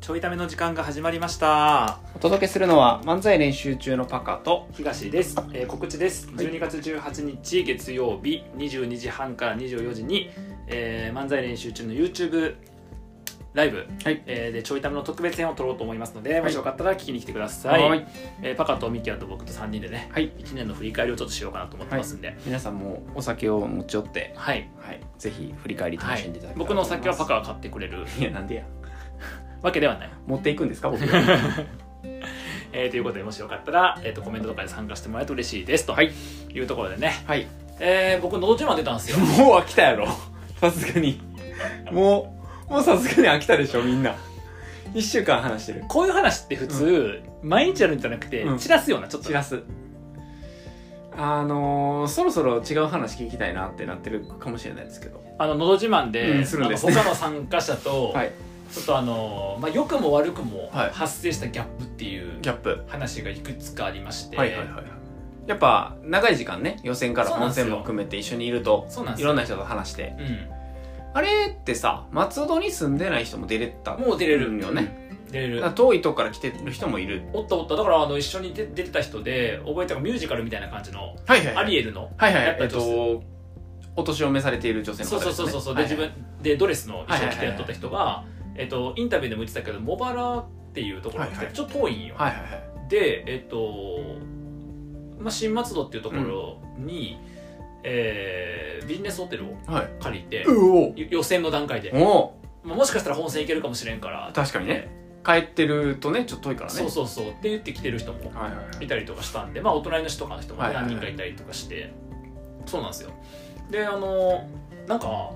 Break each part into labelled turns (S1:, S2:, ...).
S1: ちょいための時間が始まりました
S2: お届けするのは漫才練習中のパカと
S1: 東です、えー告知です
S2: はい
S1: 12月18日月曜日22時半から24時に、えー漫才練習中の YouTube ライブ、
S2: はい
S1: えーでちょいための特別編を撮ろうと思いますので、もしよかったら聞きに来てください、
S2: はい、
S1: えーパカとミキアと僕と3人でね
S2: はい、
S1: 1年の振り返りをちょっとしようかなと思ってますんで、
S2: 皆さんもお酒を持ち寄って、
S1: はい、
S2: はい、ぜひ振り返り
S1: は
S2: 楽
S1: い
S2: しんでいただきたいと
S1: 僕
S2: 思
S1: の
S2: いま
S1: お
S2: す、
S1: 酒はパカが買ってくれる
S2: いやなんでや
S1: わけではない、
S2: 持っていくんですか 僕は
S1: えーということでもしよかったら、えー、とコメントとかで参加してもらえると嬉しいですと
S2: はい
S1: いうところでね、
S2: はい
S1: えー僕「のど自慢」出たんですよ
S2: もう飽きたやろさすがにもうもうさすがに飽きたでしょみんな1週間話してる
S1: こういう話って普通、毎日やるんじゃなくて
S2: うん
S1: 散らすようなちょっと、
S2: 散らすあのー、そろそろ違う話聞きたいなってなってるかもしれないですけど
S1: あの「のど自慢で」
S2: うんするんですね
S1: なんか他の参加者と、
S2: はい
S1: ちょっとあの、まあ、良くも悪くも
S2: はい
S1: 発生したギャップっていう
S2: ャップ
S1: 話がいくつかありまして、
S2: はいはいはいはいやっぱ長い時間ね予選から
S1: そうなんで
S2: 本
S1: すよ
S2: 戦も含めて一緒にいると
S1: そうなんで
S2: い
S1: す
S2: ろ
S1: よ
S2: んな人と話して
S1: う
S2: あれってさ松戸に住んでない人も出れた
S1: ん、もう出れる
S2: よね、
S1: 出れ
S2: だ
S1: る
S2: から遠いとこから来てる人もいる
S1: おったおっただからあの一緒に出出てた人で覚えたのがミュージカルみたいな感じの
S2: はいは
S1: アリ
S2: え
S1: エルの
S2: はいはい
S1: やっぱ
S2: えっ
S1: 女性
S2: とお年を召されている女性の
S1: そ
S2: 方
S1: うそう
S2: です
S1: そうそうそう、
S2: ねはいはい
S1: で自分でドレスの衣装着てやっとった人が、えっと、インタビューでも言ってたけど茂原っていうところに来て、
S2: はいはい
S1: ちょっと遠いんよ、
S2: はいはいはい
S1: でえっと、まあ、新松戸っていうところに、えービジネスホテルを
S2: はい
S1: 借りて、
S2: うお
S1: よ予選の段階で、
S2: お
S1: まあ、もしかしたら本戦行けるかもしれんから
S2: う確かにね帰ってるとねちょっと遠いからね
S1: そうそうそうって言って来てる人も
S2: はいはいはい
S1: いたりとかしたんでまあお隣の人とかの人も
S2: はいはい
S1: 何
S2: は
S1: 人
S2: い
S1: かいたりとかして、そうなんですよであのなんか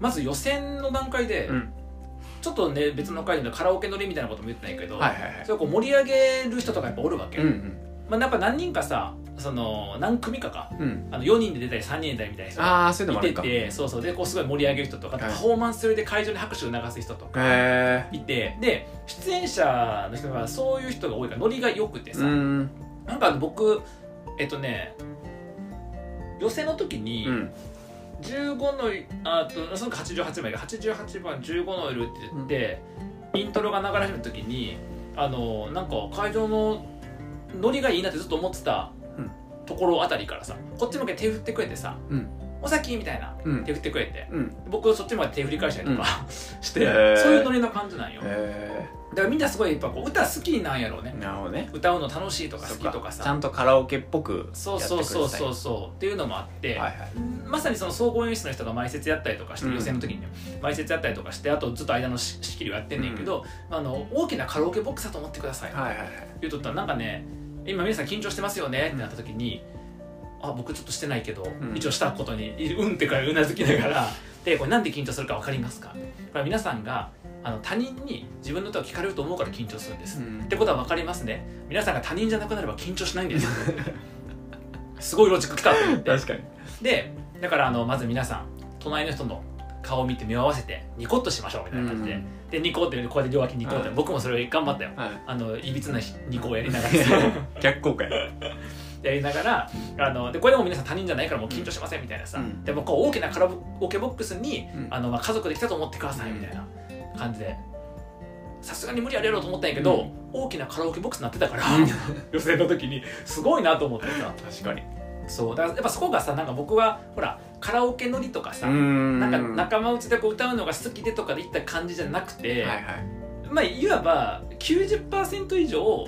S1: まず予選の段階で、
S2: うん
S1: ちょっとね別の回でのカラオケ乗りみたいなことも言ってないけど、
S2: はいはいはい
S1: それをこう盛り上げる人とかやっぱおるわけ、
S2: うんうん
S1: まあ、なんか何人かさその何組かか
S2: うん
S1: あの4人で出たり3人で出たりみたいな人が
S2: ああそういう
S1: い
S2: のもある
S1: て
S2: かへ
S1: てそうそうでこうすごい盛り上げる人とか、
S2: はい
S1: パフォーマンスで会場に拍手を流す人とか
S2: え
S1: いてで出演者の人がそういう人が多いからノリが良くてさ、
S2: うん
S1: なんか僕えっとね予選の時に
S2: うん
S1: 15のあとその88枚が88番15のルって言って、イントロが流れ始めた時にあのなんか会場のノリがいいなってずっと思ってた
S2: うん
S1: ところあたりからさこっち向けて手振ってくれてさ
S2: うん
S1: 「お先」みたいな
S2: うん
S1: 手振ってくれて
S2: うん
S1: 僕そっちまで手振り返したりとか、して、
S2: へー
S1: そういうノリの感じなんよだか
S2: へ
S1: らみんなすごいやっぱこう歌好きなんやろうね
S2: えなるほどね
S1: 歌うの楽しいとか好きとか
S2: ちゃ
S1: さ
S2: んとカラオケっぽく
S1: そうそうそう
S2: や
S1: そうそうっていうのもあって、
S2: ってくださいはいはい
S1: まさにその総合演出の人が埋設やったりとかして、
S2: うん
S1: 予選の時にね埋設やったりとかしてあとずっと間のし仕切りをやってんねんけど、まあ、あの大きなカラオケボックスだと思ってください、
S2: はいはいはい
S1: 言うとったらなんかね今皆さん緊張してますよねってなった時に、あ僕ちょっとしてないけど、
S2: ん
S1: 一応したことにうんってからうなずきながらでこれなんで緊張するか分かりますかこれは皆さんがあの他人に自分の歌を聞かれると思うから緊張するんです、
S2: うん
S1: ってことは分かりますね皆さんが他人じゃなくなれば緊張しないんです すごいロジックきたと思って
S2: かに
S1: でだからあのまず皆さん隣の人の顔を見て目を合わせてニコッとしましょうみたいな感じで、
S2: うん
S1: でニコってこうやって両脇ニコって、
S2: うん
S1: 僕もそれ頑張ったよ
S2: はい
S1: あのいびつなニコをやりながら
S2: 逆効果や
S1: やりながらあのでこれでも皆さん他人じゃないからもう緊張しませんみたいなさ、
S2: うん
S1: でもこう大きなカラオケボックスに、
S2: うん
S1: あのまあ、家族で来たと思ってくださいみたいな感じでさすがに無理やれろと思ったんやけど、
S2: うん
S1: 大きなカラオケボックスになってたから
S2: うん
S1: 予選の時にすごいなと思ってさ
S2: 確かに
S1: そうだからやっぱそこがさなんか僕はほらカラオケ乗りとかさ、
S2: ん
S1: なんか
S2: は
S1: 仲間内でこう歌うのが好きでとかでいった感じじゃなく
S2: い
S1: て、
S2: はい
S1: まあいわば90%以上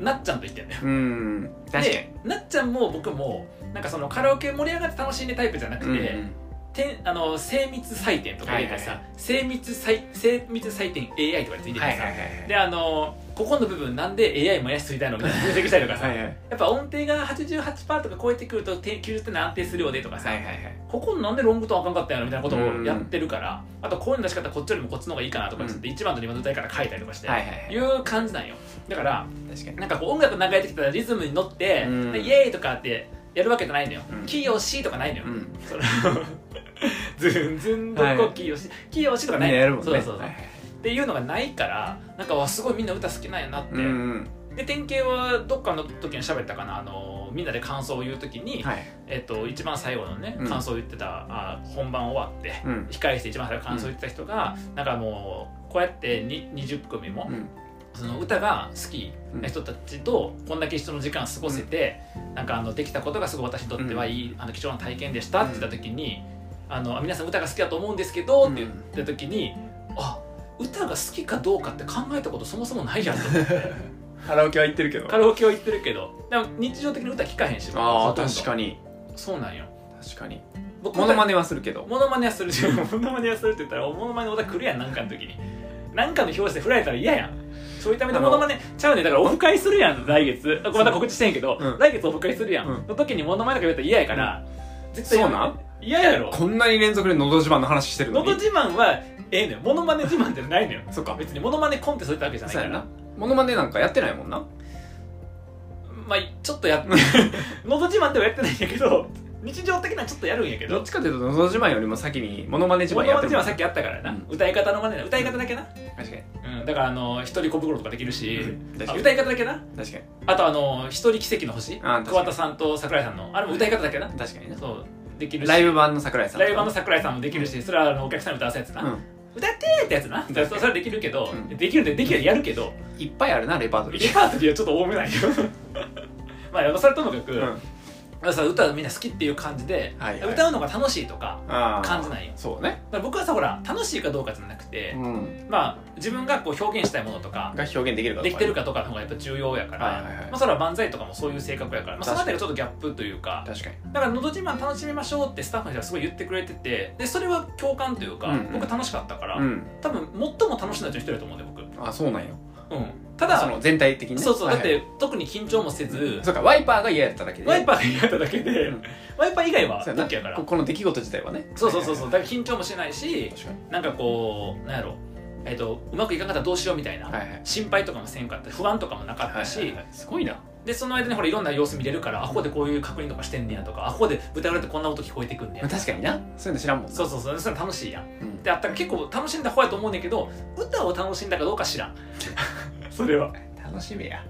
S1: なっちゃんと言ってんだよ
S2: うん確かに
S1: でなっちゃんも僕もなんかそのカラオケ盛り上がって楽しいねタイプじゃなくて、
S2: うん
S1: てんあの精密採点とか入れてさ、
S2: はいは
S1: 精密採精密採点 AI とかって入れてさ、
S2: はいはいはい
S1: であのここの部分なんで AI もやしついたのみたいな分析したりとかさ、
S2: はいはいはい
S1: やっぱ音程が88%とか超えてくるとて90点で安定するよねとかさ、
S2: はいはい
S1: ここなんでロングトーンあかんかったんやろみたいなこともやってるから、あと声の出し方こっちよりもこっちの方がいいかなとかっつって1番と2番の歌いから書いたりとかして、、
S2: はいいはいう
S1: 感じなんよだから
S2: 確かに
S1: なんかこう音楽流れてきたらリズムに乗って、
S2: うん
S1: でイエーイとかってやるわけじゃないのよ、
S2: うん
S1: キーをしとかないのよ、
S2: うん
S1: それズンズンど
S2: は
S1: こ
S2: い
S1: キーをし、キーをしとかない
S2: ね
S1: の
S2: やるもんね
S1: そうそうそう、
S2: はいはい
S1: っていうのがないからなんかわすごいみんな歌好きなんやなって、
S2: うん
S1: で典型はどっかの時に喋ったかなあのみんなで感想を言う時に、
S2: はい
S1: えっと、一番最後のね
S2: うん
S1: 感想を言ってた、あ本番終わって
S2: うん
S1: 控え室一番最後の感想を言ってた人が、なんかもうこうやってに20組も、
S2: うん
S1: その歌が好きな人たちとこんだけ一緒の時間過ごせて、なんかあのできたことがすごい私にとってはいい、あの貴重な体験でしたって言った時に「あの皆さん歌が好きだと思うんですけど」って言った時に「あ歌が好きかどうかって考えたことそもそもないやん」と思って
S2: カラオケは行ってるけど
S1: カラオケは行ってるけどでも日常的に歌聞かへんし
S2: あ
S1: ほ
S2: あ
S1: とんど
S2: 確かに
S1: そうなんよ
S2: 確かに
S1: 僕
S2: モノマ
S1: ネ
S2: ネはするけど
S1: モノマネはするしモノマネはするって言ったらモノマネの歌来るやんなんかの時になんかの表紙で振られたら嫌やんそういうための
S2: あの
S1: モノマネちゃうねだからオフ会するやん来月あこれまた告知してんけど、
S2: うん
S1: 来月オフ会するやん、
S2: うん
S1: の時にモノマネとか言ったら嫌やから、絶対やめ
S2: そうなん
S1: 嫌やろ
S2: こんなに連続で「のど自慢」の話してるの
S1: のど
S2: に
S1: 自慢はええのよモノマネ自慢ってないのよ
S2: そっか
S1: 別にモノマネコンテストってわけじゃない
S2: そう
S1: か
S2: や
S1: ら
S2: なモノマネなんかやってないもんな
S1: まあちょっと やってのど自慢ではやってないんやけど日常的なちょっとやるんやけ
S2: ど
S1: ど
S2: っちかというと「のど自慢」よりも先にモノマネ自
S1: モ
S2: 慢
S1: ノ
S2: やっ
S1: マ
S2: て
S1: ネ
S2: る
S1: 自
S2: も
S1: 慢
S2: ん
S1: さっきやったからな、
S2: うん
S1: 歌い方のマネな歌い方だけな、
S2: 確かに
S1: うん、だからあの一人小袋とかできるし、
S2: うん
S1: あ歌い方だけな
S2: 確かに
S1: あとあの一人奇跡の星
S2: あ確かに
S1: 桑田さんと桜井さんのあれも歌い方だけな
S2: 確かにね
S1: そうできるし
S2: ライブ版の桜井さん
S1: ライブ版の桜井さんもできるし、それはあのお客さんに歌わせやつな、
S2: うん
S1: 歌ってってやつな
S2: 確かに
S1: そそれはできるけど、
S2: うん
S1: できるでできるでやるけど
S2: いっぱいあるなレパートリ
S1: レ
S2: ー
S1: パートリーはちょっと多めなん よまあそれともかく、
S2: うん
S1: さ歌はみんな好きっていう感じで、
S2: はいはい
S1: 歌うのが楽しいとか
S2: あー
S1: 感じないよ
S2: そう
S1: だ
S2: ね
S1: から僕はさほら楽しいかどうかじゃなくて、
S2: うん
S1: まあ自分がこう表現したいものとか
S2: が表現できるか
S1: できてる
S2: か
S1: かとかの方がやっぱ重要やから、
S2: はいはいはい
S1: まあ、それは漫才とかもそういう性格やから、まあ、その
S2: 確
S1: あ
S2: か
S1: たりが
S2: に
S1: ちょっとギャップというか
S2: 確かに
S1: だから「のど自慢楽しみましょう」ってスタッフの人はすごい言ってくれててでそれは共感というか、
S2: うんうん
S1: 僕は楽しかったから、
S2: うん
S1: 多分最も楽しんだうちの一人だと思うんで
S2: あそうなんよ
S1: 僕、うん、ただ
S2: そ
S1: そ,、
S2: の全体的にね
S1: うそう
S2: は
S1: だ
S2: い
S1: っ
S2: はい
S1: て、特に緊張もせず、
S2: そうかワイパーが嫌やっただけで
S1: ワイパーがやっただけで、
S2: うん
S1: ワイパー以外は
S2: そうやな
S1: OK やから
S2: ここの出来事自体はね
S1: そうそうそうそう
S2: は
S1: だから緊張もしない
S2: い
S1: し
S2: はいはい
S1: なんかこうなんやろえっとうまくいかなかったらどうしようみたいな、
S2: 確かにはいはい
S1: 心配とかもせんかった不安とかもなかったし、
S2: はいはいはいすごいな
S1: でその間にほらいろんな様子見れるからあここでこういう確認とかしてんねやとかあここで豚裏ってこんな音聞こえてくんねや
S2: 確かになそういうの知らんもんな
S1: そうそうそうそれ楽しいやん
S2: うん
S1: であったら結構楽しんだ方やと思うねんけど歌を楽しんだかどうか知ら んそれはだか
S2: 楽しみや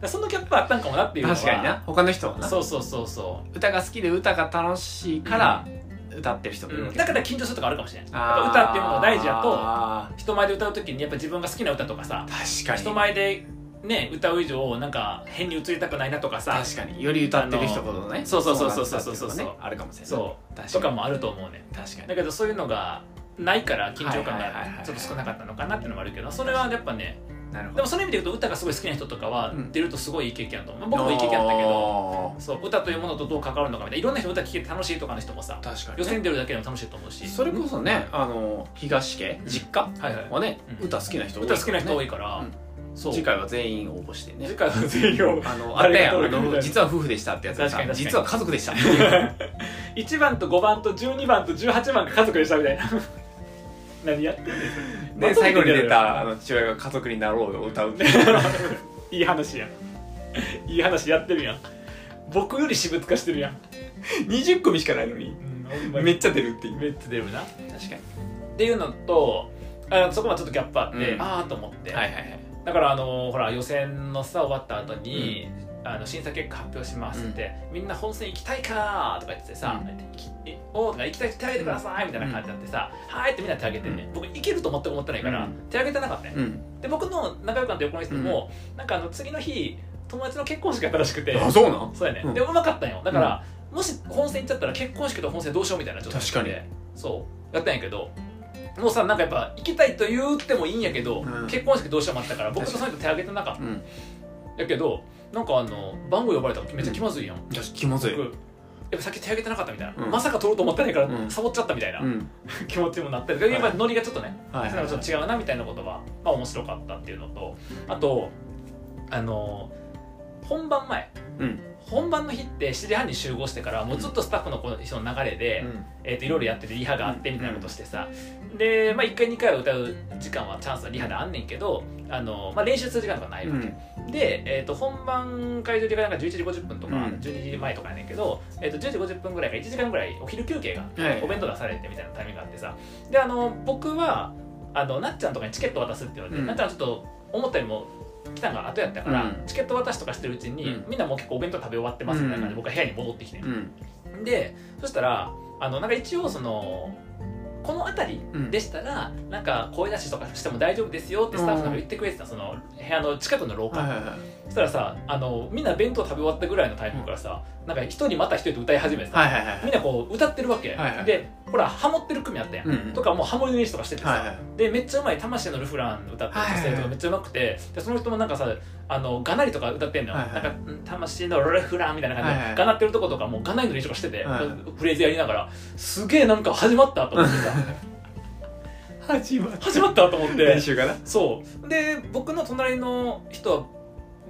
S1: らそのギャップあったんかもなっていうのは
S2: 確かにな他の人はな
S1: そうそうそうそ
S2: 歌が好きで歌が楽しいから歌ってる人
S1: う、
S2: もいる
S1: う
S2: わ
S1: ん
S2: け
S1: だから緊張するとかあるかもしれないやっ
S2: あー
S1: ぱ歌っていうものが大事やと
S2: あ
S1: 人前で歌う時にやっぱ自分が好きな歌とかさ
S2: ー確
S1: 人
S2: かに
S1: 前でね歌う以上なんか変に映りたくないなとかさ
S2: 確かにより歌ってる人ほどね
S1: そうそうそうそうそうそうそう
S2: そうなんだっていのがねあるかもしれない
S1: そう
S2: 確
S1: とか
S2: かに
S1: もあると思うねん
S2: 確かに
S1: だけどそういうのがないから緊張感
S2: はいはいはいは
S1: が
S2: い
S1: ちょっと少なかったのかなっていうのもあるけどそれはやっぱね
S2: なるほ
S1: で
S2: ど
S1: もその意味で言うと歌がすごい好きな人とかは
S2: うん
S1: 出るとすごいいい経験だと思う、まあ僕もいい経験だったけど
S2: ど
S1: そう歌というものとどう関わるのかみたいないろんな人歌聴けて楽しいとかの人もさ
S2: 確かにね
S1: 予選出るだけでも楽しいと思うし
S2: それこそねあの東家実家
S1: はいはい
S2: はね
S1: うん
S2: 歌好きな人多いか
S1: 歌
S2: らね
S1: 好きな人多いから、
S2: うん
S1: そう
S2: 次回は全員応募してね
S1: 次回は全員を
S2: あのあ
S1: 誰が
S2: れやん
S1: 登
S2: あ
S1: 録みたいな
S2: の実は夫婦でしたってやつで
S1: 確
S2: さ
S1: かに確かに
S2: 実は家族で したっていう
S1: 1番と5番と12番と18番が家族でしたみたいな 何やってんです
S2: で最後に出たあの父親が家族になろうを歌うって いう
S1: いい話やんいい話やってるやん僕より私物化してるやん、
S2: 20組しかないのにめっちゃ出るっていう
S1: めっちゃ出るなっ
S2: 確かに
S1: ていうのとあそこはちょっとギャップあって、
S2: うん
S1: ああと思って、
S2: はいはいはい
S1: だからあのほら予選のさ終わった後に、あの審査結果発表しますって、みんな本戦行きたいかーとか言ってさ、
S2: う
S1: 行きえおーとか行きたい人手挙げてくださいみたいな感じになってさ、はーいってみんな手挙げてね、僕行けると思って思ってないから、
S2: うん
S1: 手挙げてなかったね、
S2: うん
S1: で僕の仲良くなった横の人も、なんかあの次の日友達の結婚式やったらしくて
S2: あそうなん
S1: そうやね、
S2: うん
S1: でうまかったんよだから、もし本戦行っちゃったら結婚式と本戦どうしようみたいな状態
S2: 確かに
S1: そうやったんやけどもうさなんかやっぱ行きたいと言ってもいいんやけど、
S2: うん
S1: 結婚式どうしようもあったから僕と
S2: 確
S1: そ
S2: か
S1: の人手挙げてなかった
S2: うん
S1: やけどなんかあの番号呼ばれたらめっちゃ気まずいやん、
S2: よし気まずい
S1: 僕やっぱさっき手挙げてなかったみたいな、
S2: うん
S1: まさか取ると思ってないから、
S2: うん
S1: サボっちゃったみたいな、
S2: うん
S1: 気持ちにもなったりやっぱノリがちょっとね、
S2: はい
S1: それはちょっと違うなみたいなことが、まあ、面白かったっていうのとあとあの本番前
S2: うん
S1: 本番の日って7時半に集合してからもうずっとスタッフのこの人の流れで、えー、といろいろやっててリハがあってみたいなことしてさ、で、まあ、1回2回は歌う時間はチャンスはリハであんねんけどあの、まあ、練習する時間とかないわ
S2: う
S1: け、
S2: ん
S1: で、えー、と本番会場時間なんか11時50分とか、
S2: うん
S1: 12時前とかやねんけど、えー、と10時50分ぐらいから1時間ぐらいお昼休憩が
S2: はい
S1: お弁当出されてみたいなタイミングがあってさであの僕はあのなっちゃんとかにチケット渡すって言われて、
S2: うん
S1: なっちゃんはちょっと思ったよりも来たのが後やったから、
S2: うん
S1: チケット渡しとかしてるうちに、
S2: うん
S1: みんなもう結構お弁当食べ終わってますみたいな感じで、
S2: うん
S1: 僕は部屋に戻ってきて、
S2: うん
S1: でそしたらあのなんか一応そのこの辺り
S2: うん
S1: でしたら、なんか声出しとかしても大丈夫ですよってスタッフさんが言ってくれてた、その部屋の近くの廊下、
S2: はいはいはい
S1: そしたらさあのみんな弁当食べ終わったぐらいのタイミングからさ、なんか一人また一人と歌い始めてさ、
S2: はいはいはい
S1: みんなこう歌ってるわけ、
S2: はいはい
S1: でほらハモってる組あったやん、
S2: うん
S1: とかもうハモリの練習とかしててさ、
S2: はいはい
S1: でめっちゃうまい魂のルフラン歌ってる女性とかめっちゃうまくて、でその人もなんかさあのガナリとか歌ってんのよ、
S2: はいはい
S1: なんかうん魂のルフランみたいな感じで、
S2: はいはい
S1: ガナってるとことかもうガナリの練習とかしてて、
S2: はい
S1: フレーズやりながらすげえなんか始まったと思って さ
S2: 始まった
S1: 始まったと思って
S2: 練習かな
S1: そうで僕の隣の人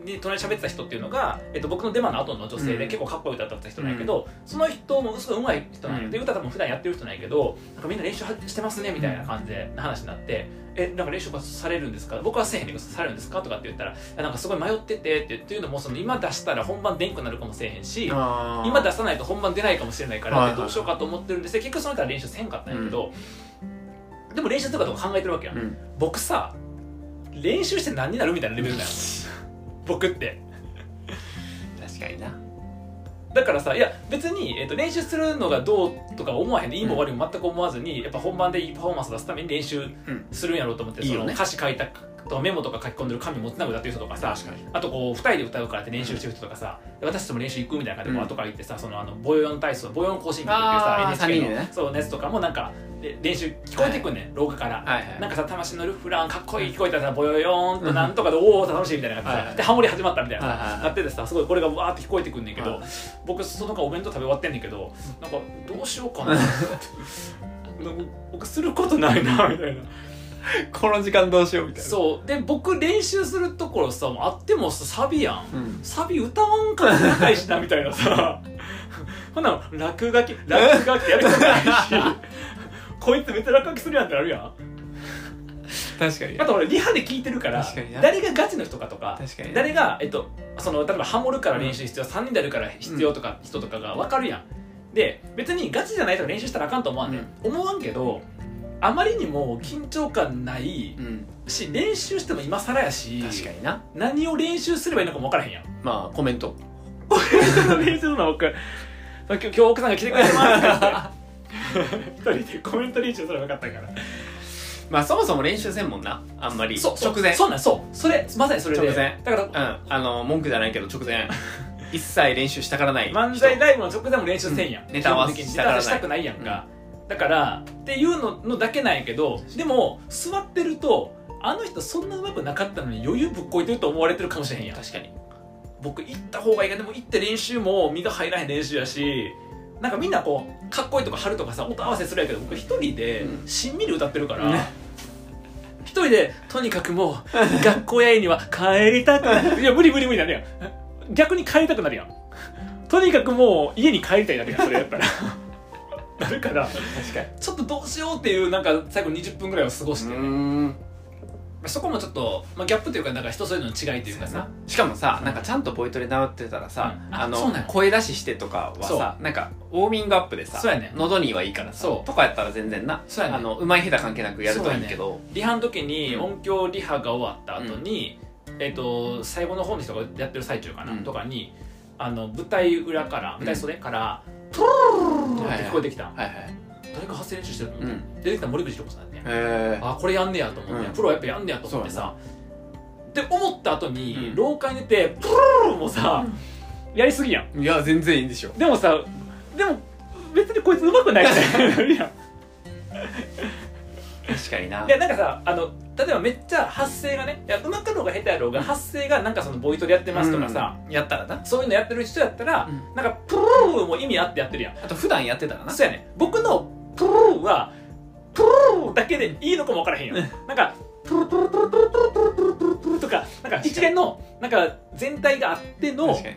S1: に隣に喋ってた人っていうのが、えっと、僕のデマの後の女性で、
S2: うん
S1: 結構かっこいい歌だった人なんやけど、その人もすごいうまい人なんや、
S2: うん
S1: で歌多分普段やってる人なんやけどなんかみんな練習はしてますねみたいな感じで話になって「えなんか練習されるんですか僕はせえへんねんけどされるんですか?」とかって言ったらいや「なんかすごい迷ってて」ってっていうのもその今出したら本番出んくなるかもしれへんし、
S2: あー
S1: 今出さないと本番出ないかもしれないから、
S2: はいはい
S1: どうしようかと思ってるんですよ結局その人は練習せんかったんやけど、でも練習とかとか考えてるわけやん
S2: う、ん
S1: 僕さ練習して何になるみたいなレベルだよ僕って
S2: 確かにな
S1: だからさいや別に、えっと練習するのがどうとか思わへんでいいも悪いも全く思わずにやっぱ本番でいいパフォーマンス出すために練習
S2: うん
S1: するんやろうと思って、
S2: いいよ
S1: そ
S2: ね
S1: の歌詞書いたとメモとか書き込んでる紙持つなぐだっていう人とかさ
S2: 確かに
S1: あとこう2人で歌うからって練習してる人とかさ、私たちも練習行くみたいな感じでこう
S2: うん
S1: 後から行ってさそのあのボヨヨン体操ボヨヨン行進曲っていうさ
S2: あー
S1: NHK の、
S2: 三人でね
S1: そうのやつとかもなんかで練習聞こえてくんねん、廊下から、
S2: はいはい
S1: なんかさ、魂のルフラン、かっこいい、聞こえたらさ、ボヨヨーンとなんとかで、おお、楽しいみたいな感じ
S2: は
S1: で
S2: いは
S1: さ、
S2: い
S1: で、ハモリ始まったみたい
S2: はいはいは
S1: な、
S2: い
S1: なっててさ、すごいこれがわーって聞こえてくんねんけ
S2: は
S1: ど
S2: い、
S1: 僕、その間お弁当食べ終わってんねんけど、なんか、どうしようかなって、なんか僕、することないな、みたいな。
S2: この時間どうしようみたいな
S1: そう、で、僕、練習するところさ、もうあってもさサビやん。
S2: うん
S1: サビ歌わんから高いしなみたいな さほんなの落書き落書きやり たくないしこいつめっちゃ落書きするやんってなるやん
S2: 確かに
S1: あと俺リハで聞いてるから
S2: 確かにな
S1: 誰がガチの人かとか
S2: 確かに
S1: 誰が、えっと、その例えばハモるから練習必要、3人でやるから必要とか、人とかが分かるやんで別にガチじゃないと練習したらあかんと思わんね、ん思わんけどあまりにも緊張感ない
S2: うん
S1: し練習しても今更やし
S2: 確かにな
S1: 何を練習すればいいのかも分からへんやん
S2: まあコメント
S1: 練習するのは僕今日今日奥さんが来てくれて ますって一人でコメント練習すればよかったから
S2: まあそもそも練習せんもんなあんまり
S1: そう
S2: 直前
S1: そうなんそうそれまさにそれで
S2: 直前
S1: だから
S2: うんあの文句じゃないけど直前一切練習したからない人
S1: 漫才ライブの直前も練習せんやん、
S2: うんネタ合わせ
S1: 基本的に
S2: したか
S1: ネタ合
S2: らない
S1: わせしたくないやんか、だからっていうののだけなんやけどでも座ってるとあの人そんな上手くなかったのに余裕ぶっこいてると思われてるかもしれへんやん
S2: 確かに
S1: 僕行った方がいいがでも行って練習も身が入らへん練習やしなんかみんなこうかっこいいとか春とかさ音合わせするやけど僕一人で
S2: うん
S1: しんみり歌ってるから、
S2: ね
S1: 一人でとにかくもう学校や家には帰りたく ないいや無理無理無理なるやん逆に帰りたくなるやんとにかくもう家に帰りたいだけやんそれやった らなるから
S2: 確かに
S1: ちょっとどうしようっていうなんか最後20分ぐらいを過ごして、
S2: ん
S1: そこもちょっと、まあ、ギャップというかなんか人それぞれの違いというかさ
S2: しかもさなんかちゃんとボイトレ直ってたらさ、
S1: うんあ
S2: あ
S1: そう
S2: の
S1: なんや
S2: 声出ししてとかはさなんかウォーミングアップでさ
S1: そうやねん
S2: 喉にはいいからさ
S1: そう
S2: とかやったら全然な
S1: そうやねん
S2: あのうまい下手関係なくやるといいけど、
S1: リハの時に
S2: うん
S1: 音響リハが終わった後に、えっと最後の方の人がやってる最中かな、
S2: うん
S1: とかにあの舞台裏から
S2: ん
S1: 舞台袖から、トゥルルルルルルって聞こえてきた、
S2: はいはいへ
S1: 誰か発声練習してると思って、
S2: うん
S1: 出てきたの森口子さんね、
S2: え
S1: あこれやんねやと思って、
S2: うん
S1: プロはやっぱやんねやと思ってさって思った後に、
S2: うん
S1: 廊下に出てトゥルルルルもさ、やりすぎやん
S2: いや全然いいんでしょ
S1: でもさでも別にこいつ上手くないじゃんいやん
S2: 確かにない
S1: やなんかさあの例えばめっちゃ発声がねいや上手かろうが下手やろうが発声がなんかそのボイトでやってますとかさ、
S2: うんやったらな
S1: そういうのやってる人やったら、
S2: うん
S1: なんかプルルルも意味あってやってるやん
S2: あと普段やってたらな
S1: そうやね僕のプルルルはプルルルだけでいいのかもわからへんよなんかプルプルプルプルプルプルプルプルプルとかなんか一連のなんか全体があっての
S2: 確かに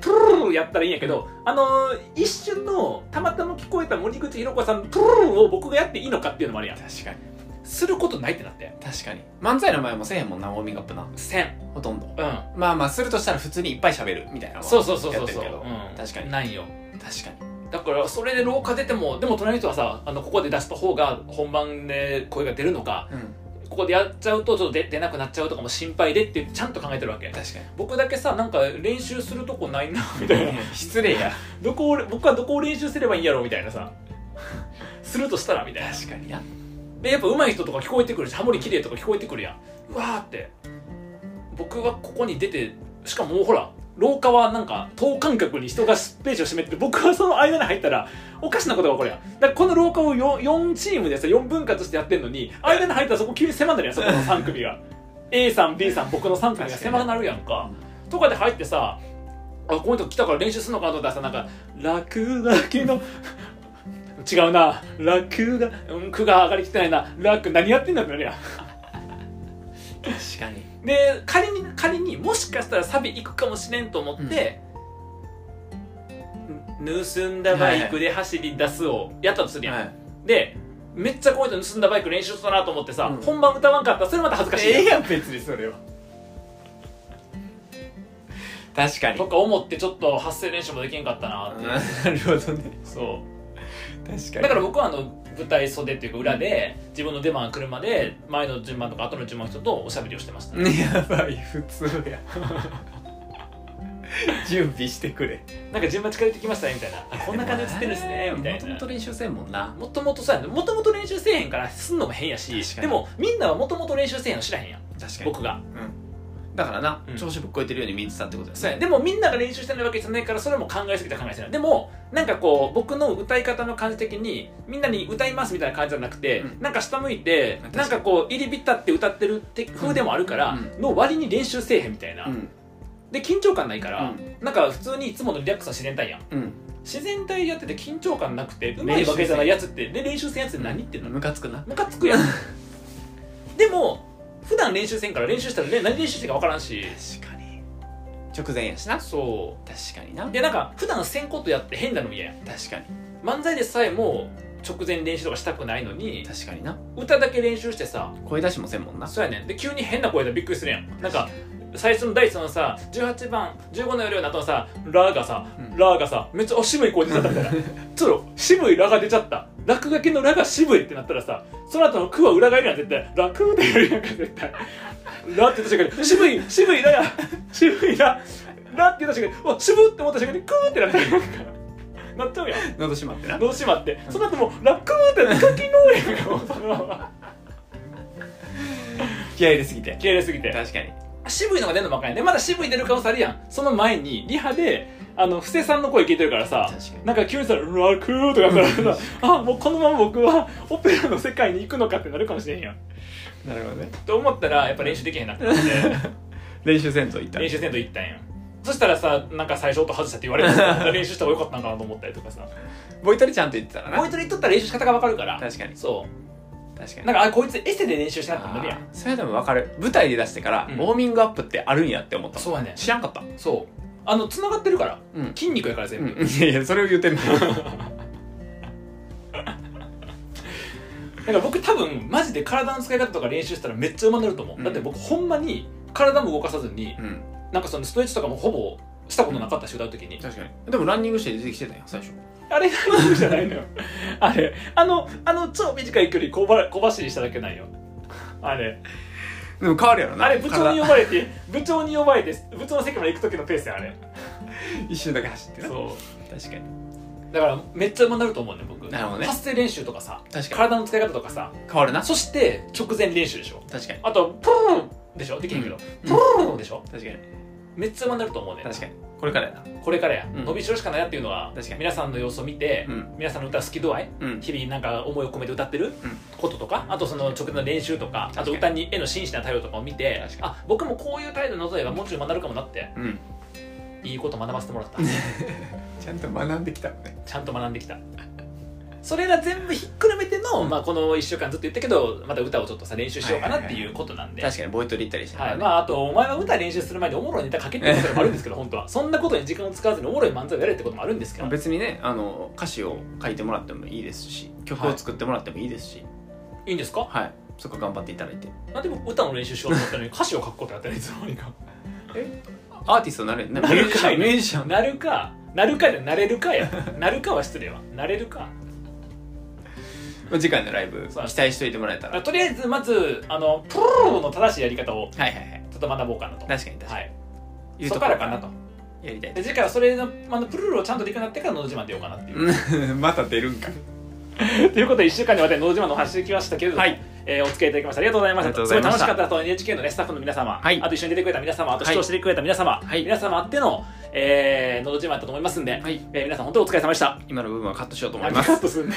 S1: プルルルやったらいいんやけどあのー一瞬のたまたま聞こえた森口博子さんのプルルルを僕がやっていいのかっていうのもあるやん
S2: 確かに
S1: することないってなって
S2: 確かに漫才の前もせえへんもんなウォーミングアップな
S1: せん
S2: ほとんど
S1: うん
S2: まあまあするとしたら普通にいっぱい喋るみたいなのは
S1: そうそうそうそう
S2: やって
S1: そ
S2: る
S1: う、
S2: けど
S1: うん、
S2: 確かに
S1: ないよ
S2: 確かに
S1: だからそれで廊下出てもでも隣の人はさあのここで出した方が本番で声が出るのか
S2: うん
S1: ここでやっちゃうとちょっと出出なくなっちゃうとかも心配でってちゃんと考えてるわけ
S2: 確か
S1: 僕だけさなんか練習するとこないな みたいな
S2: に 失礼や
S1: どこを僕はどこを練習すればいいんやろうみたいなさするとしたらみたいな
S2: 確かにな
S1: でやっぱ上手い人とか聞こえてくるしハモリ綺麗とか聞こえてくるやんうわーって僕はここに出てしかももうほら廊下はなんか等間隔に人がスペースを占めてて僕はその間に入ったらおかしなことが起こるやんだからこの廊下を 4, 4チームでさ4分割してやってんのに間に入ったらそこ急に狭なるやんそこの3組が A さん B さん僕の3組が狭なるやんかとかで入ってさあこういうとこ来たから練習するのかなと思ったらさなんか「楽だけの違うな楽がうん句が上がりきってないな楽何やってんだってなるやん
S2: 確かに
S1: で仮に仮にもしかしたらサビ行くかもしれんと思って「ぬ盗んだバイクで走り出す」をやったとするやん、
S2: はい
S1: でめっちゃこういうの盗んだバイク練習したなと思ってさ、
S2: うん
S1: 本番歌わんかったらそれまた恥ずかしいやん、
S2: ええやん別にそれは確かに
S1: とか思ってちょっと発声練習もできんかったなって、
S2: なるほどね
S1: そう
S2: 確かに
S1: だから僕はあの舞台袖っていうか裏で自分の出番が来るまで前の順番とか後の順番の人とおしゃべりをしてました、ね、
S2: やばい普通や 準備してくれ
S1: なんか順番近づいてきましたねみたいなあこんな感じで映ってるんですねみたい
S2: もとも
S1: な
S2: と練習せんもんな
S1: もともとそうやねもともと練習せえへんからすんのも変やし
S2: 確か
S1: で
S2: に
S1: もみんなはもともと練習せえへんの知らへんやん
S2: 確かに
S1: 僕が
S2: うんだからな、
S1: うん
S2: 調子ぶっこいてるように見えてたってことだ
S1: そうや
S2: よ
S1: ね
S2: ね
S1: でもみんなが練習してないわけじゃないからそれも考えすぎたら考えすぎたでもなんかこう僕の歌い方の感じ的にみんなに歌いますみたいな感じじゃなくて、
S2: うん
S1: なんか下向いて
S2: 確かに
S1: なんかこう入り浸って歌ってるって風でもあるから、
S2: うん
S1: の割に練習せえへんみたいな、
S2: うん
S1: で緊張感ないから、
S2: うん
S1: なんか普通にいつものリラックスの自然体やん
S2: うん
S1: 自然体やってて緊張感なくてうまいわけじゃないやつってで練習せんやつって何ってなる
S2: ムカつくな
S1: ムカつくやんでも普段練習せんから練習したらね何練習してるか分からんし
S2: 確かに直前やしな
S1: そ
S2: 確かにな
S1: うでなんか普段せんことやって変なの嫌やん
S2: 確かに
S1: 漫才でさえも直前練習とかしたくないのに
S2: 確かにな
S1: 歌だけ練習してさ
S2: 声出しもせんもんな
S1: そうやねんで急に変な声でびっくりするやんなんか最初の第一のさ18番15の夜の後のさ「ラ」がさ「
S2: うん
S1: ラ」がさめっちゃあ渋い声出ちゃった みたいなちょっと渋い「ラ」が出ちゃった落書きの「ラ」が渋いってなったらさその後の「く」は裏返るやん絶対「楽ってやるやんか絶対「ラ」って言った瞬間に渋い渋い「ラ」や渋い「ラ」「ラ」って言った瞬間に「お渋っ!」って思った瞬間に「く」ってなってるやんかなっちゃうやん
S2: 喉閉まってな
S1: どうしまってその後もう「ラ」「く」って落書きの「 やんかもうそのまま
S2: 気合入れすぎて
S1: 綺麗すぎて
S2: 確かに
S1: 渋いのが出るのばっかりやねまだ渋い出る顔されるやんその前にリハであの布施さんの声聞いてるからさ
S2: 確かに
S1: なんか急にさ「楽」とかやったらさ あもうこのまま僕はオペラの世界に行くのかってなるかもしれへんやん
S2: なるほどね
S1: と思ったらやっぱ練習できへんな ってなって
S2: 練習せんといった
S1: 練習せんと行ったんやんそしたらさなんか最初音外したって言われてさ練習した方が良かったんかなと思ったりとか さ
S2: ボイトレちゃんと言ってたらな
S1: もう一人とったら練習し方が分かるから
S2: 確かに
S1: そ
S2: 確か
S1: う
S2: に
S1: なんかあこいつエセで練習しなってなるや
S2: あ
S1: ん
S2: ーそれでも分かる舞台で出してから、
S1: うん
S2: ウォーミングアップってあるんやって思ったもん
S1: そうやね
S2: 知らんかった
S1: そうあの繋がってるから
S2: うん、
S1: 筋肉やから全部、
S2: いやいやそれを言うてんの
S1: なんか僕多分マジで体の使い方とか練習したらめっちゃ上手くなると思う、
S2: うん
S1: だって僕ほんまに体も動かさずに
S2: うん
S1: なんかそのストレッチとかもほぼしたことなかったし歌う時に、
S2: 確かにでもランニングして出てきてたよ最初
S1: あれ何じゃないのよ あれあのあの超短い距離小ば小走りしただけなんよあれ
S2: でも変わるやろな
S1: あれ部長に
S2: 体
S1: 呼ばれて部長に呼ばれて部長の席まで行く時のペースやあれ
S2: 一周だけ走ってな
S1: そ
S2: 確かに
S1: うだからめっちゃ上手くなると思うね僕
S2: なるほどね
S1: 発声練習とかさ
S2: 確かに
S1: 体の使い方とかさ
S2: 変わるな
S1: そして直前練習でしょ
S2: 確かに
S1: あとプルーンでしょできへんけど、プルーンでしょ
S2: 確かに
S1: めっちゃ上手くなると思うね
S2: 確かにこれからやな
S1: これからや、
S2: うん
S1: 伸びしろしかないやっていうのは
S2: 確かに
S1: 皆さんの様子を見て、
S2: うん
S1: 皆さんの歌好き度合い
S2: うん
S1: 日々なんか思いを込めて歌ってることとかあとその直前の練習とかあ
S2: 確か
S1: と
S2: に
S1: 歌にへの真摯な態度とかを見て
S2: 確か
S1: あ僕もこういう態度のぞえばもうちょい学べるかもなって
S2: うん
S1: いいこと学ばせても らった
S2: ちゃんと学んできたのね
S1: ちゃんと学んできたそれら全部ひっくるめての、まあ、この1週間ずっと言ったけどまた歌をちょっとさ練習しようかなっていうことなんで、
S2: 確かにボイトレ行ったりして
S1: はい、まああとお前は歌練習する前におもろいネタ書けっていうこともあるんですけど本当はそんなことに時間を使わずにおもろい漫才をやれってこともあるんですけど
S2: 別にねあの歌詞を書いてもらってもいいですし曲を作ってもらってもいいですし
S1: いいんですか
S2: はい、そこ頑張っていただいて
S1: なんで僕歌の練習しようと思ったのに歌詞を書くことやったらいつの間にか
S2: アーティスト になれるねミ
S1: な
S2: ュー
S1: る
S2: ジシ
S1: か
S2: ャ
S1: い
S2: ンミュージシャン
S1: なるかなるかじゃなれるかやなるかは失礼はなれるか
S2: まあ、次回のライブ期
S1: そう
S2: 待しといてもらえたら
S1: あ
S2: はい
S1: とりあえずまずあのプルルルの正しいやり方を
S2: はいはい
S1: ちょっと学ぼうかなと
S2: 確かに確か
S1: は
S2: に、
S1: い
S2: 言う
S1: そ
S2: と
S1: こ
S2: こ
S1: からかなと
S2: やりたい
S1: で次回はそれのあのプルルルをちゃんとできるようになってから「のど自慢」出ようかなっていう
S2: うん また出るんか
S1: ということで1週間にわたり「のど自慢」のお話してきましたけれども、
S2: はい
S1: えーお付き合いいただきましてありがとうございまし
S2: あ
S1: た
S2: りがとうございまし
S1: すごい楽し
S2: た
S1: かったと NHK の、ね、スタッフの皆様、
S2: はい
S1: あと一緒に出てくれた皆様あと視
S2: は
S1: 聴
S2: い
S1: してくれた皆様、
S2: はい
S1: 皆様あっての、えー、のど自慢」だと思いますんで、
S2: はい
S1: えー皆さん本当にお疲れ様でした
S2: 今の部分はカットしようと思
S1: あ
S2: い
S1: り
S2: ま
S1: が
S2: す
S1: とうするんだ